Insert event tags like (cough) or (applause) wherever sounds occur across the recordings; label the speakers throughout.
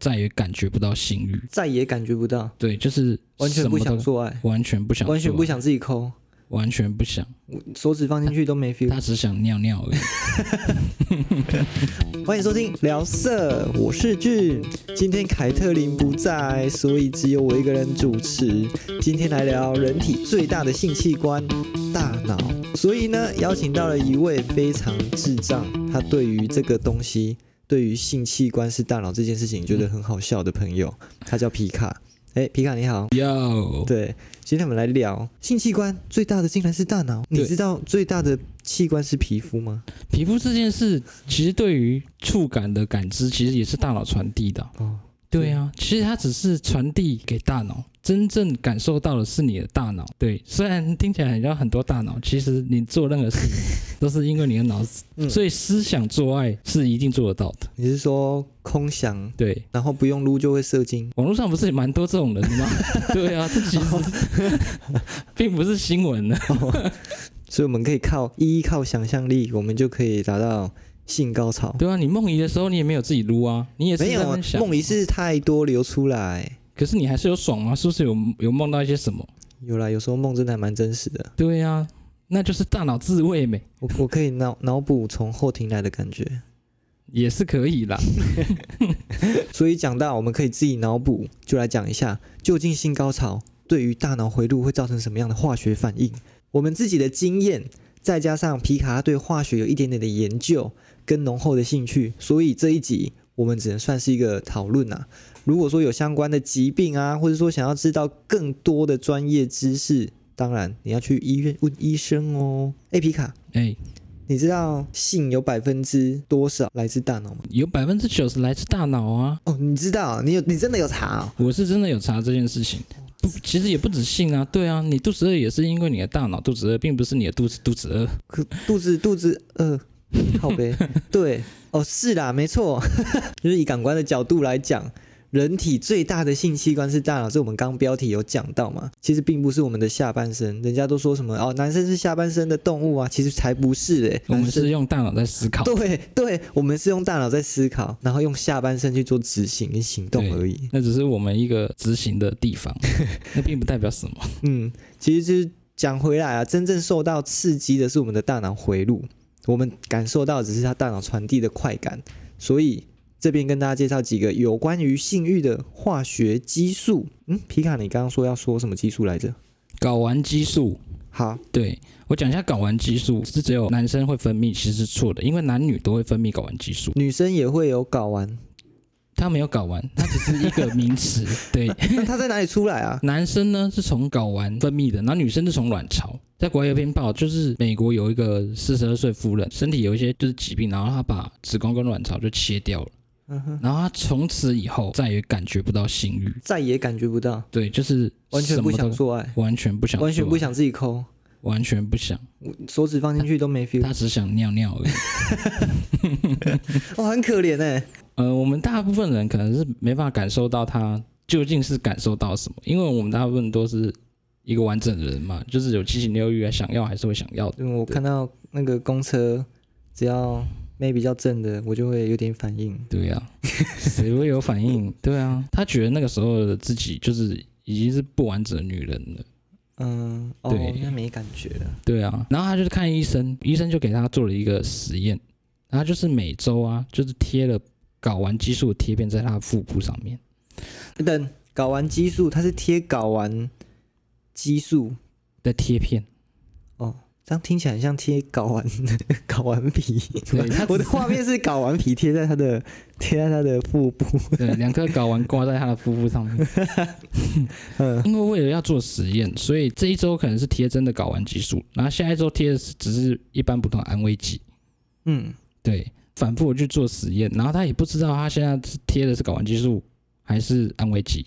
Speaker 1: 再也感觉不到性欲。
Speaker 2: 再也感觉不到，
Speaker 1: 对，就是
Speaker 2: 完全
Speaker 1: 什
Speaker 2: 不
Speaker 1: 么都
Speaker 2: 想，做爱，
Speaker 1: 完全不想做，
Speaker 2: 完全不想自己抠，
Speaker 1: 完全不想，
Speaker 2: 手指放进去都没 feel。
Speaker 1: 他只想尿尿而已。 (laughs)
Speaker 2: 欢迎收听聊色，我是俊。今天凯特琳不在，所以只有我一个人主持。今天来聊人体最大的性器官——大脑。所以呢，邀请到了一位非常智障，他对于这个东西，对于性器官是大脑这件事情，觉得很好笑的朋友，他叫皮卡。哎，皮卡你好。
Speaker 1: 哟，
Speaker 2: 对，今天我们来聊性器官最大的竟然是大脑。你
Speaker 1: 对
Speaker 2: 知道最大的器官是皮肤吗？
Speaker 1: 皮肤这件事，其实对于触感的感知，其实也是大脑传递的。
Speaker 2: 哦，
Speaker 1: 对啊，其实它只是传递给大脑，真正感受到的是你的大脑。对，虽然听起来很像很多大脑，其实你做任何事情 (laughs) 都是因为你的脑子，
Speaker 2: 嗯
Speaker 1: 所以思想做爱是一定做得到的。
Speaker 2: 你是说空想
Speaker 1: 对，
Speaker 2: 然后不用撸就会射精。
Speaker 1: 网络上不是也蛮多这种人的
Speaker 2: (laughs)
Speaker 1: 吗？对啊，这其实并不是新闻呢。
Speaker 2: 哦所以我们可以靠依靠想象力，我们就可以达到性高潮。
Speaker 1: 对啊，你梦遗的时候你也没有自己撸啊，你也是
Speaker 2: 没
Speaker 1: 在那
Speaker 2: 有
Speaker 1: 边想
Speaker 2: 梦遗，是太多流出来，
Speaker 1: 可是你还是有爽吗？是不是有有梦到一些什么？
Speaker 2: 有啦，有时候梦真的还蛮真实的。
Speaker 1: 对啊，那就是大脑自慰美，
Speaker 2: 我我可以脑脑补从后庭来的感觉，
Speaker 1: 也是可以啦。
Speaker 2: 所以讲到我们可以自己脑补，就来讲一下究竟性高潮对于大脑回路会造成什么样的化学反应。我们自己的经验，再加上皮卡他对化学有一点点的研究跟浓厚的兴趣，所以这一集我们只能算是一个讨论啊。如果说有相关的疾病啊，或者说想要知道更多的专业知识，当然你要去医院问医生哦。哎，皮卡，
Speaker 1: 哎、
Speaker 2: 你知道性有百分之多少来自大脑吗？
Speaker 1: 有百分之九十来自大脑啊！
Speaker 2: 哦，你知道，你有你真的有查哦。
Speaker 1: 我是真的有查这件事情，不，其实也不止性啊，对啊，你肚子饿也是因为你的大脑肚子饿，并不是你的肚子肚子饿。
Speaker 2: 可肚子肚子 (laughs) 饿，好呗。对，哦，是啦，没错， (laughs) 就是以感官的角度来讲，人体最大的性器官是大脑，这我们刚标题有讲到嘛。其实并不是我们的下半身，人家都说什么哦，男生是下半身的动物啊，其实才不是嘞、
Speaker 1: 我们
Speaker 2: 男生
Speaker 1: 是用大脑在思考，
Speaker 2: 对对，我们是用大脑在思考，然后用下半身去做执行跟行动
Speaker 1: 对
Speaker 2: 而已。
Speaker 1: 那只是我们一个执行的地
Speaker 2: (laughs)
Speaker 1: 方，那并不代表什么。
Speaker 2: 嗯，其实就是讲回来啊，真正受到刺激的是我们的大脑回路，我们感受到的只是它大脑传递的快感。所以这边跟大家介绍几个有关于性欲的化学激素。嗯，皮卡，你刚刚说要说什么激素来着？
Speaker 1: 睾丸激素，
Speaker 2: 好，
Speaker 1: 对我讲一下睾丸激素是只有男生会分泌，其实是错的，因为男女都会分泌睾丸激素，
Speaker 2: 女生也会有睾丸， (laughs)
Speaker 1: 它没有睾丸，它只是一个名词。对，
Speaker 2: 那它在哪里出来啊？
Speaker 1: 男生呢是从睾丸分泌的，然后女生是从卵巢。在国外有篇报，就是美国有一个四十二岁夫人，身体有一些就是疾病，然后她把子宫跟卵巢就切掉了，
Speaker 2: 嗯哼，
Speaker 1: 然后她从此以后再也感觉不到性欲，
Speaker 2: 再也感觉不到，
Speaker 1: 对，就是
Speaker 2: 完全
Speaker 1: 什
Speaker 2: 不
Speaker 1: 么都
Speaker 2: 想，做爱，
Speaker 1: 完全不想做，
Speaker 2: 完全不想自己抠，
Speaker 1: 完全不想，
Speaker 2: 手指放进去都
Speaker 1: (laughs)
Speaker 2: 没 feel，
Speaker 1: 她只想尿尿而已。
Speaker 2: 哦，很可怜哎、
Speaker 1: 呃，我们大部分人可能是没办法感受到他究竟是感受到什么，因为我们大部分都是一个完整的人嘛，就是有七情六欲啊，想要还是会想要
Speaker 2: (laughs)
Speaker 1: 的。
Speaker 2: 嗯，我看到那个公车，只要妹比较正的，我就会有点反应。
Speaker 1: 对呀、啊，谁会有反应？ (laughs) 对啊，他觉得那个时候的自己就是已经是不完整的女人了。
Speaker 2: 嗯，哦
Speaker 1: 对，
Speaker 2: 那没感觉了。
Speaker 1: 对啊，然后他就是看医生，医生就给他做了一个实验，然后就是每周啊，就是贴了睾丸激素的贴片在他的腹部上面。
Speaker 2: 等睾丸激素，它是贴睾丸激素，
Speaker 1: 的贴片，
Speaker 2: 这样听起来很像贴睾 (laughs) 丸睾丸皮。
Speaker 1: 对，他只
Speaker 2: 我的画面是睾丸皮贴在它的贴在它的腹部。
Speaker 1: 对，两颗睾丸挂在他的腹部上面。
Speaker 2: 嗯，
Speaker 1: 因为为了要做实验，所以这一周可能是贴真的睾丸激素，然后下一周贴的是只是一般普通的安慰剂。
Speaker 2: 嗯，
Speaker 1: 对，反复地去做实验，然后他也不知道他现在是贴的是睾丸激素还是安慰剂。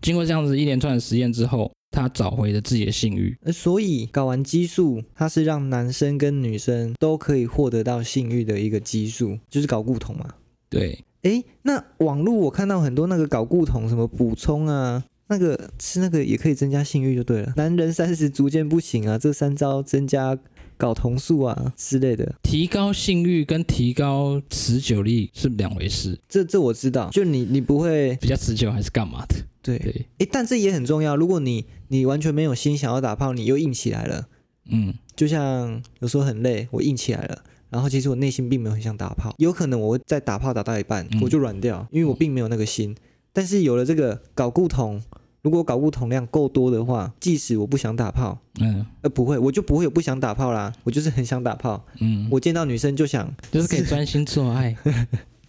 Speaker 1: 经过这样子一连串的实验之后，他找回了自己的性欲。
Speaker 2: 呃所以睾丸激素它是让男生跟女生都可以获得到性欲的一个激素，就是睾固酮嘛。
Speaker 1: 对，
Speaker 2: 诶，那网络我看到很多那个搞固酮什么补充啊，那个吃那个也可以增加性欲就对了。男人三十逐渐不行啊，这三招增加睾酮素啊之类的。
Speaker 1: 提高性欲跟提高持久力是两回事，
Speaker 2: 这这我知道，就你你不会
Speaker 1: 比较持久还是干嘛的？
Speaker 2: 对，
Speaker 1: 对，
Speaker 2: 诶，但这也很重要。如果你你完全没有心想要打炮，你又硬起来了，
Speaker 1: 嗯，
Speaker 2: 就像有时候很累，我硬起来了。然后其实我内心并没有很想打炮，有可能我会在打炮打到一半、
Speaker 1: 嗯
Speaker 2: 我就软掉，因为我并没有那个心。但是有了这个睾固酮，如果睾固酮量够多的话，即使我不想打炮，
Speaker 1: 嗯
Speaker 2: 呃，不会，我就不会有不想打炮啦，我就是很想打炮，
Speaker 1: 嗯，
Speaker 2: 我见到女生就想
Speaker 1: 就是可以专心做爱。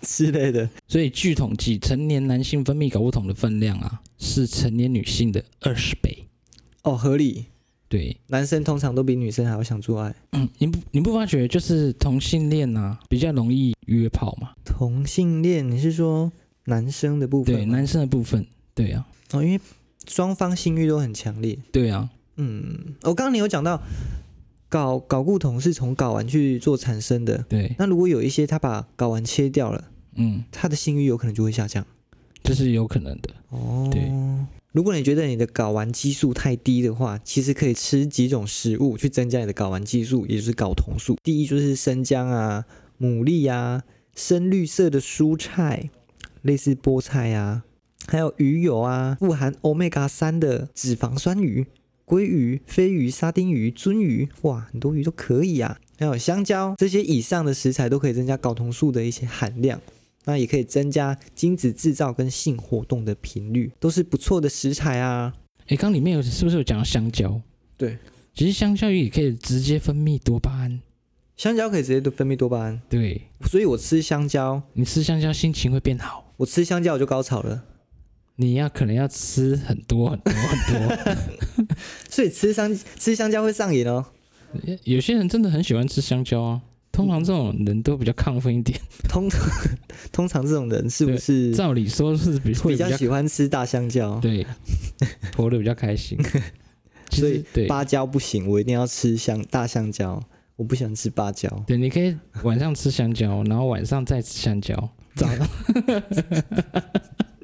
Speaker 2: 之类的。
Speaker 1: 所以据统计，成年男性分泌睾固酮的分量啊，是成年女性的二十倍。
Speaker 2: 哦，合理。
Speaker 1: 对，
Speaker 2: 男生通常都比女生还要想做爱。
Speaker 1: 嗯，你不你不发觉就是同性恋啊，比较容易约炮嘛？
Speaker 2: 同性恋，你是说男生的部分吗？
Speaker 1: 对，男生的部分，对啊，
Speaker 2: 哦，因为双方性欲都很强烈。
Speaker 1: 对啊，
Speaker 2: 嗯，我、刚刚你有讲到，睾睾固酮是从睾丸去做产生的。
Speaker 1: 对，
Speaker 2: 那如果有一些他把睾丸切掉了，
Speaker 1: 嗯，
Speaker 2: 他的性欲有可能就会下降。
Speaker 1: 这是有可能的。
Speaker 2: 哦，
Speaker 1: 对。
Speaker 2: 如果你觉得你的睾丸激素太低的话，其实可以吃几种食物去增加你的睾丸激素，也就是睾酮素。第一就是生姜啊、牡蛎啊、深绿色的蔬菜，类似菠菜啊，还有鱼油啊，富含 omega 三的脂肪酸鱼、鲑鱼、飞鱼、沙丁鱼、鳟鱼，哇，很多鱼都可以啊。还有香蕉，这些以上的食材都可以增加睾酮素的一些含量。那也可以增加精子制造跟性活动的频率，都是不错的食材啊。
Speaker 1: 诶，刚里面有是不是有讲到香蕉？
Speaker 2: 对，
Speaker 1: 其实香蕉也可以直接分泌多巴胺。
Speaker 2: 香蕉可以直接分泌多巴胺，
Speaker 1: 对，
Speaker 2: 所以我吃香蕉，
Speaker 1: 你吃香蕉心情会变好。
Speaker 2: 我吃香蕉我就高潮了。
Speaker 1: 你要可能要吃很多很多很
Speaker 2: 所以吃香吃香蕉会上瘾哦。
Speaker 1: 多，有些人真的很喜欢吃香蕉啊。通常这种人都比较亢奋一点，
Speaker 2: 通常通常这种人是不是
Speaker 1: 照理说是比会比
Speaker 2: 比较
Speaker 1: 较
Speaker 2: 喜欢吃大香蕉？ (laughs)
Speaker 1: 对，活得比较开心。其
Speaker 2: 所
Speaker 1: 实
Speaker 2: 以
Speaker 1: 对
Speaker 2: 芭蕉不行，我一定要吃香大香蕉。我不喜欢吃芭蕉，
Speaker 1: 对，你可以晚上吃香蕉，然后晚上再吃香蕉，早上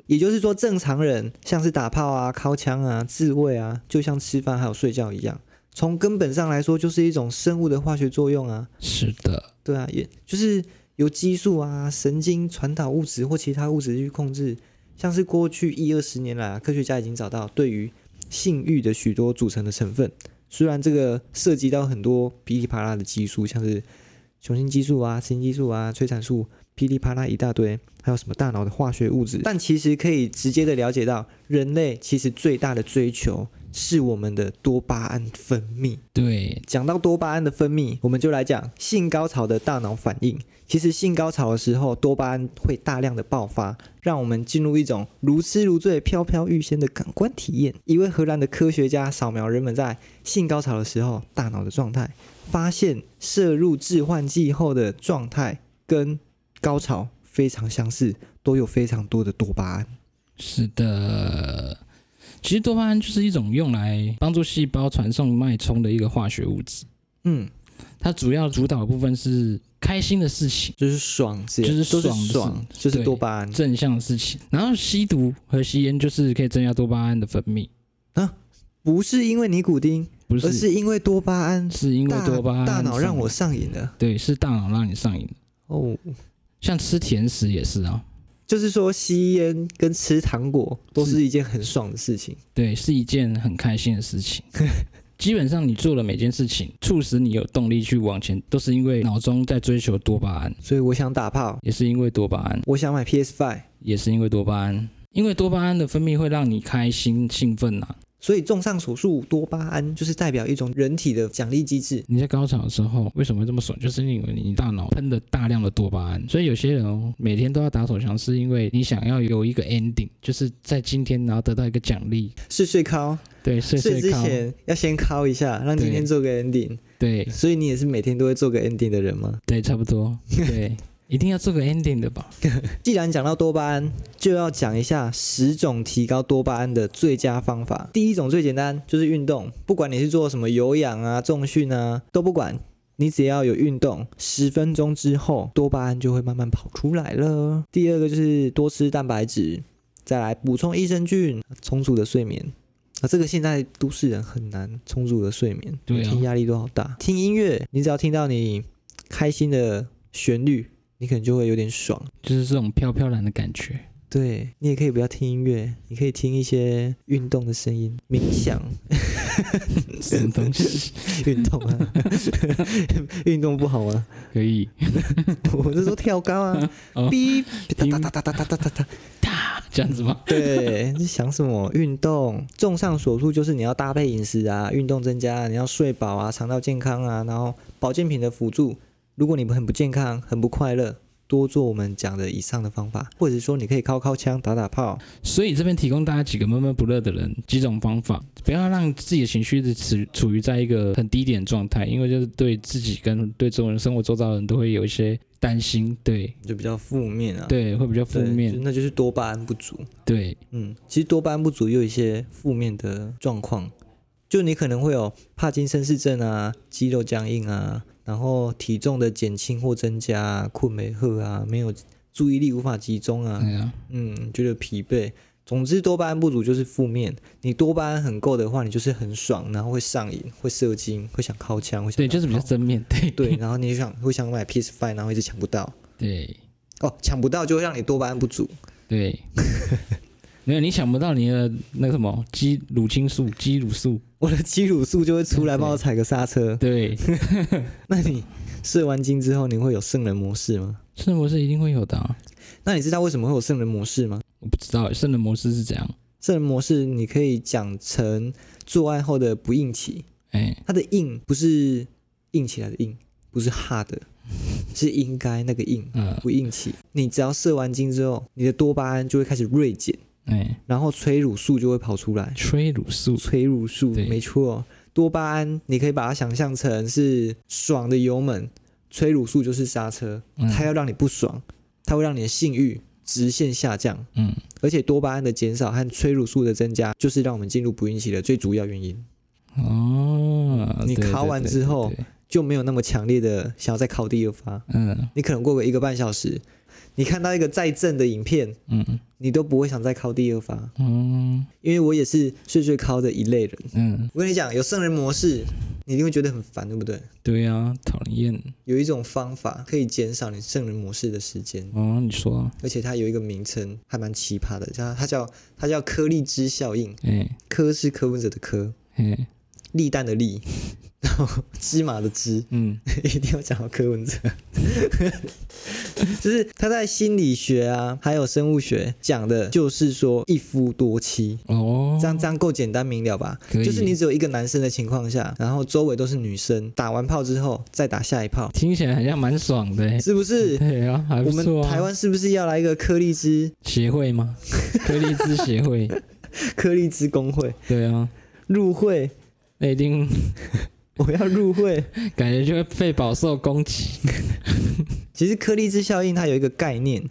Speaker 2: 也就是说，正常人像是打炮啊、敲枪啊、自慰啊，就像吃饭还有睡觉一样，从根本上来说，就是一种生物的化学作用啊。
Speaker 1: 是的，
Speaker 2: 对啊，也就是由激素啊、神经传导物质或其他物质去控制。像是过去一二十年来、啊，科学家已经找到对于性欲的许多组成的成分。虽然这个涉及到很多噼里啪啦的激素，像是雄性激素啊、雌性激素啊、催产素，噼里啪啦一大堆，还有什么大脑的化学物质，但其实可以直接的了解到，人类其实最大的追求是我们的多巴胺分泌。
Speaker 1: 对，
Speaker 2: 讲到多巴胺的分泌，我们就来讲性高潮的大脑反应。其实性高潮的时候，多巴胺会大量的爆发，让我们进入一种如痴如醉、飘飘欲仙的感官体验。一位荷兰的科学家扫描人们在性高潮的时候大脑的状态，发现摄入致幻剂后的状态跟高潮非常相似，都有非常多的多巴胺。
Speaker 1: 是的。其实多巴胺就是一种用来帮助细胞传送脉冲的一个化学物质，
Speaker 2: 嗯，
Speaker 1: 它主要主导的部分是开心的事情、
Speaker 2: 就是爽之类的，
Speaker 1: 就是
Speaker 2: 都
Speaker 1: 爽的事
Speaker 2: 是爽，就是
Speaker 1: 对
Speaker 2: 多巴胺。
Speaker 1: 正向的事情。然后吸毒和吸烟就是可以增加多巴胺的分泌，
Speaker 2: 不是因为尼古丁，
Speaker 1: 不
Speaker 2: 而
Speaker 1: 是
Speaker 2: 是因为多巴胺
Speaker 1: 是因为
Speaker 2: 大
Speaker 1: 多巴胺
Speaker 2: 大脑让
Speaker 1: 上
Speaker 2: 我上瘾了。
Speaker 1: 对是大脑让你上瘾，
Speaker 2: 哦，
Speaker 1: 像吃甜食也是啊，
Speaker 2: 就是说吸烟跟吃糖果都是一件很爽的事情。
Speaker 1: 对，是一件很开心的事
Speaker 2: (laughs)
Speaker 1: 情。基本上你做的每件事情，促使你有动力去往前，都是因为脑中在追求多巴胺，
Speaker 2: 所以我想打炮，
Speaker 1: 也是因为多巴胺，
Speaker 2: 我想买 PS Five。
Speaker 1: 也是因为多巴胺。因为多巴胺的分泌会让你开心、兴奋啊呐、
Speaker 2: 所以综上所述，多巴胺就是代表一种人体的奖励机制。
Speaker 1: 你在高潮的时候为什么会这么爽？就是因为你大脑喷了大量的多巴胺。所以有些人哦，每天都要打手枪，是因为你想要有一个 ending，就是在今天然后得到一个奖励。
Speaker 2: 是睡靠，
Speaker 1: 对，睡
Speaker 2: 睡
Speaker 1: 睡
Speaker 2: 之
Speaker 1: 靠。
Speaker 2: 前要先靠一下，让
Speaker 1: 对
Speaker 2: 今天做个 ending。
Speaker 1: 对
Speaker 2: 所以你也是每天都会做个 ending 的人吗？
Speaker 1: 对，差不多。对，一定要做个 ending 的吧？
Speaker 2: 既然讲到多巴胺，就要讲一下十种提高多巴胺的最佳方法。第一种最简单，就是运动，不管你是做什么有氧啊、重训啊，都不管，你只要有运动，十分钟之后，多巴胺就会慢慢跑出来了。第二个就是多吃蛋白质，再来补充益生菌，充足的睡眠。啊，这个现在都市人很难充足的睡眠，
Speaker 1: 对啊
Speaker 2: 听压力都好大。听音乐，你只要听到你开心的旋律，你可能就会有点爽。
Speaker 1: 就是这种飘飘然的感觉。
Speaker 2: 对你也可以不要听音乐，你可以听一些运动的声音，冥想、
Speaker 1: 什么东西？
Speaker 2: (laughs) 运动啊， (laughs) 运动不好吗？ (laughs)
Speaker 1: 可以
Speaker 2: 我是说跳高啊，
Speaker 1: 哦
Speaker 2: 哔、
Speaker 1: 听
Speaker 2: 哒哒哒哒哒哒哒哒。
Speaker 1: 这样子吗？
Speaker 2: 对，你想什么？运动，综上所述就是你要搭配饮食啊，运动增加，你要睡饱啊，肠道健康啊，然后保健品的辅助。如果你很不健康，很不快乐，多做我们讲的以上的方法，或者说你可以敲敲枪、打打炮。
Speaker 1: 所以这边提供大家几个闷闷不乐的人几种方法，不要让自己的情绪处处于在一个很低点的状态，因为就是对自己跟对周围人生活周遭的人都会有一些担心，对
Speaker 2: 就比较负面啊，
Speaker 1: 对，会比较负
Speaker 2: 对，
Speaker 1: 面
Speaker 2: 就，那就是多巴胺不足。
Speaker 1: 对
Speaker 2: 嗯，其实多巴胺不足也有一些负面的状况，就你可能会有帕金森氏症啊、肌肉僵硬啊，然后体重的减轻或增加、啊、困没喝啊、没有注意力无法集中啊，
Speaker 1: 哎呀，
Speaker 2: 嗯，觉得疲惫。总之，多巴胺不足就是负面。你多巴胺很够的话，你就是很爽，然后会上瘾、会射精、会想靠枪，会想
Speaker 1: 对，就是比较
Speaker 2: 打炮
Speaker 1: 正面，对
Speaker 2: 对，然后你就想会想买 PS Five，然后一直抢不到。
Speaker 1: 对
Speaker 2: 哦，抢不到就会让你多巴胺不足，
Speaker 1: 对， (laughs) 没有你想不到你的那个什么肌乳清素、肌乳素，
Speaker 2: 我的基乳素就会出来
Speaker 1: 对
Speaker 2: 帮我踩个刹车。
Speaker 1: 对，
Speaker 2: 那你射完精之后，你会有圣人模式吗？
Speaker 1: 圣人模式一定会有的、啊，
Speaker 2: 那你知道为什么会有圣人模式吗？
Speaker 1: 我不知道圣人模式是怎样，
Speaker 2: 圣人模式你可以讲成做爱后的不硬起，
Speaker 1: 哎，
Speaker 2: 它的硬不是硬起来的硬，不是哈的，是应该那个硬，
Speaker 1: 嗯、
Speaker 2: 不硬起。你只要射完精之后，你的多巴胺就会开始锐减，
Speaker 1: 哎，
Speaker 2: 然后催乳素就会跑出来。
Speaker 1: 催乳素，
Speaker 2: 催乳素，
Speaker 1: 对
Speaker 2: 没错，多巴胺你可以把它想象成是爽的油门，催乳素就是刹车。
Speaker 1: 嗯
Speaker 2: 它要让你不爽，它会让你的性欲直线下降，
Speaker 1: 嗯，
Speaker 2: 而且多巴胺的减少和催乳素的增加，就是让我们进入不孕期的最主要原因，
Speaker 1: 哦，
Speaker 2: 你
Speaker 1: 对
Speaker 2: 卡
Speaker 1: 对
Speaker 2: 完
Speaker 1: 对
Speaker 2: 之
Speaker 1: 对
Speaker 2: 后
Speaker 1: 对
Speaker 2: 就没有那么强烈的想要再考第二发。
Speaker 1: 嗯
Speaker 2: 你可能过个一个半小时，你看到一个再正的影片，
Speaker 1: 嗯
Speaker 2: 你都不会想再考第二发，
Speaker 1: 嗯
Speaker 2: 因为我也是睡睡考的一类人。
Speaker 1: 嗯，
Speaker 2: 我跟你讲，有圣人模式，你一定会觉得很烦，对不对？
Speaker 1: 对啊，讨人厌
Speaker 2: 有一种方法可以减少你圣人模式的时间，
Speaker 1: 哦，你说啊，
Speaker 2: 而且它有一个名称还蛮奇葩的，叫它叫它叫颗粒之效应。
Speaker 1: 哎
Speaker 2: 科是柯文哲的科，
Speaker 1: 哎
Speaker 2: 栗蛋的栗，然后芝麻的芝， (laughs)
Speaker 1: 嗯
Speaker 2: 一定要讲到柯文哲。 (laughs) 就是他在心理学啊，还有生物学讲的，就是说一夫多妻，
Speaker 1: 哦，
Speaker 2: 这样这样够简单明了吧？
Speaker 1: 可以
Speaker 2: 就是你只有一个男生的情况下，然后周围都是女生，打完炮之后再打下一炮，
Speaker 1: 听起来好像蛮爽的欸，
Speaker 2: 是不是？
Speaker 1: 对啊，还
Speaker 2: 我
Speaker 1: 不
Speaker 2: 们
Speaker 1: 错
Speaker 2: 台
Speaker 1: 啊，
Speaker 2: 湾是不是要来一个颗粒之
Speaker 1: 协会
Speaker 2: (laughs)
Speaker 1: 吗？颗粒之协会，
Speaker 2: 颗粒之工会
Speaker 1: 对啊，
Speaker 2: 入会？
Speaker 1: 那一定
Speaker 2: 我要入会。
Speaker 1: 感觉就会被饱受攻击，
Speaker 2: 其实颗粒之效应它有一个概念，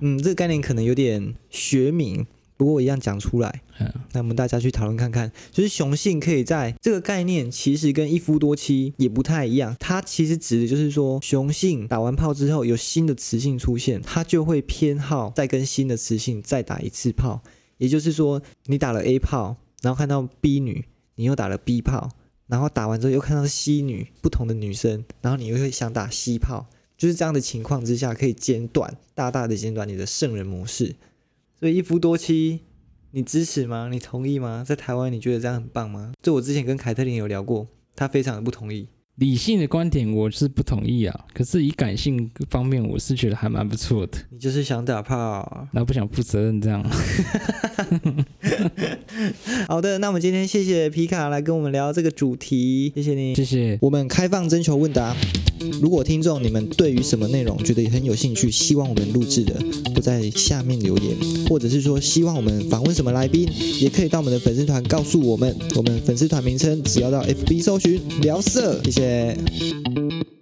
Speaker 2: 嗯这个概念可能有点学名，不过我一样讲出来。
Speaker 1: 嗯
Speaker 2: 那我们大家去讨论看看，就是雄性可以在这个概念其实跟一夫多妻也不太一样，它其实指的就是说雄性打完炮之后有新的雌性出现，它就会偏好再跟新的雌性再打一次炮，也就是说你打了 A 炮，然后看到 B 女，你又打了 B 炮。然后打完之后又看到 C 女不同的女生，然后你又会想打 C 炮，就是这样的情况之下，可以简短大大的简短你的圣人模式。所以一夫多妻，你支持吗？你同意吗？在台湾你觉得这样很棒吗？这我之前跟凯特琳有聊过，她非常的不同意。
Speaker 1: 理性的观点我是不同意啊，可是以感性方面我是觉得还蛮不错的，
Speaker 2: 你就是想打炮。
Speaker 1: 然后不想负责任这样，
Speaker 2: 好的，那我们今天谢谢皮卡来跟我们聊这个主题，谢谢你。
Speaker 1: 谢谢。
Speaker 2: 我们开放征求问答。如果听众你们对于什么内容觉得很有兴趣，希望我们录制的，都在下面留言，或者是说希望我们访问什么来宾，也可以到我们的粉丝团告诉我们。我们粉丝团名称只要到 FB 搜寻“聊色”，谢谢。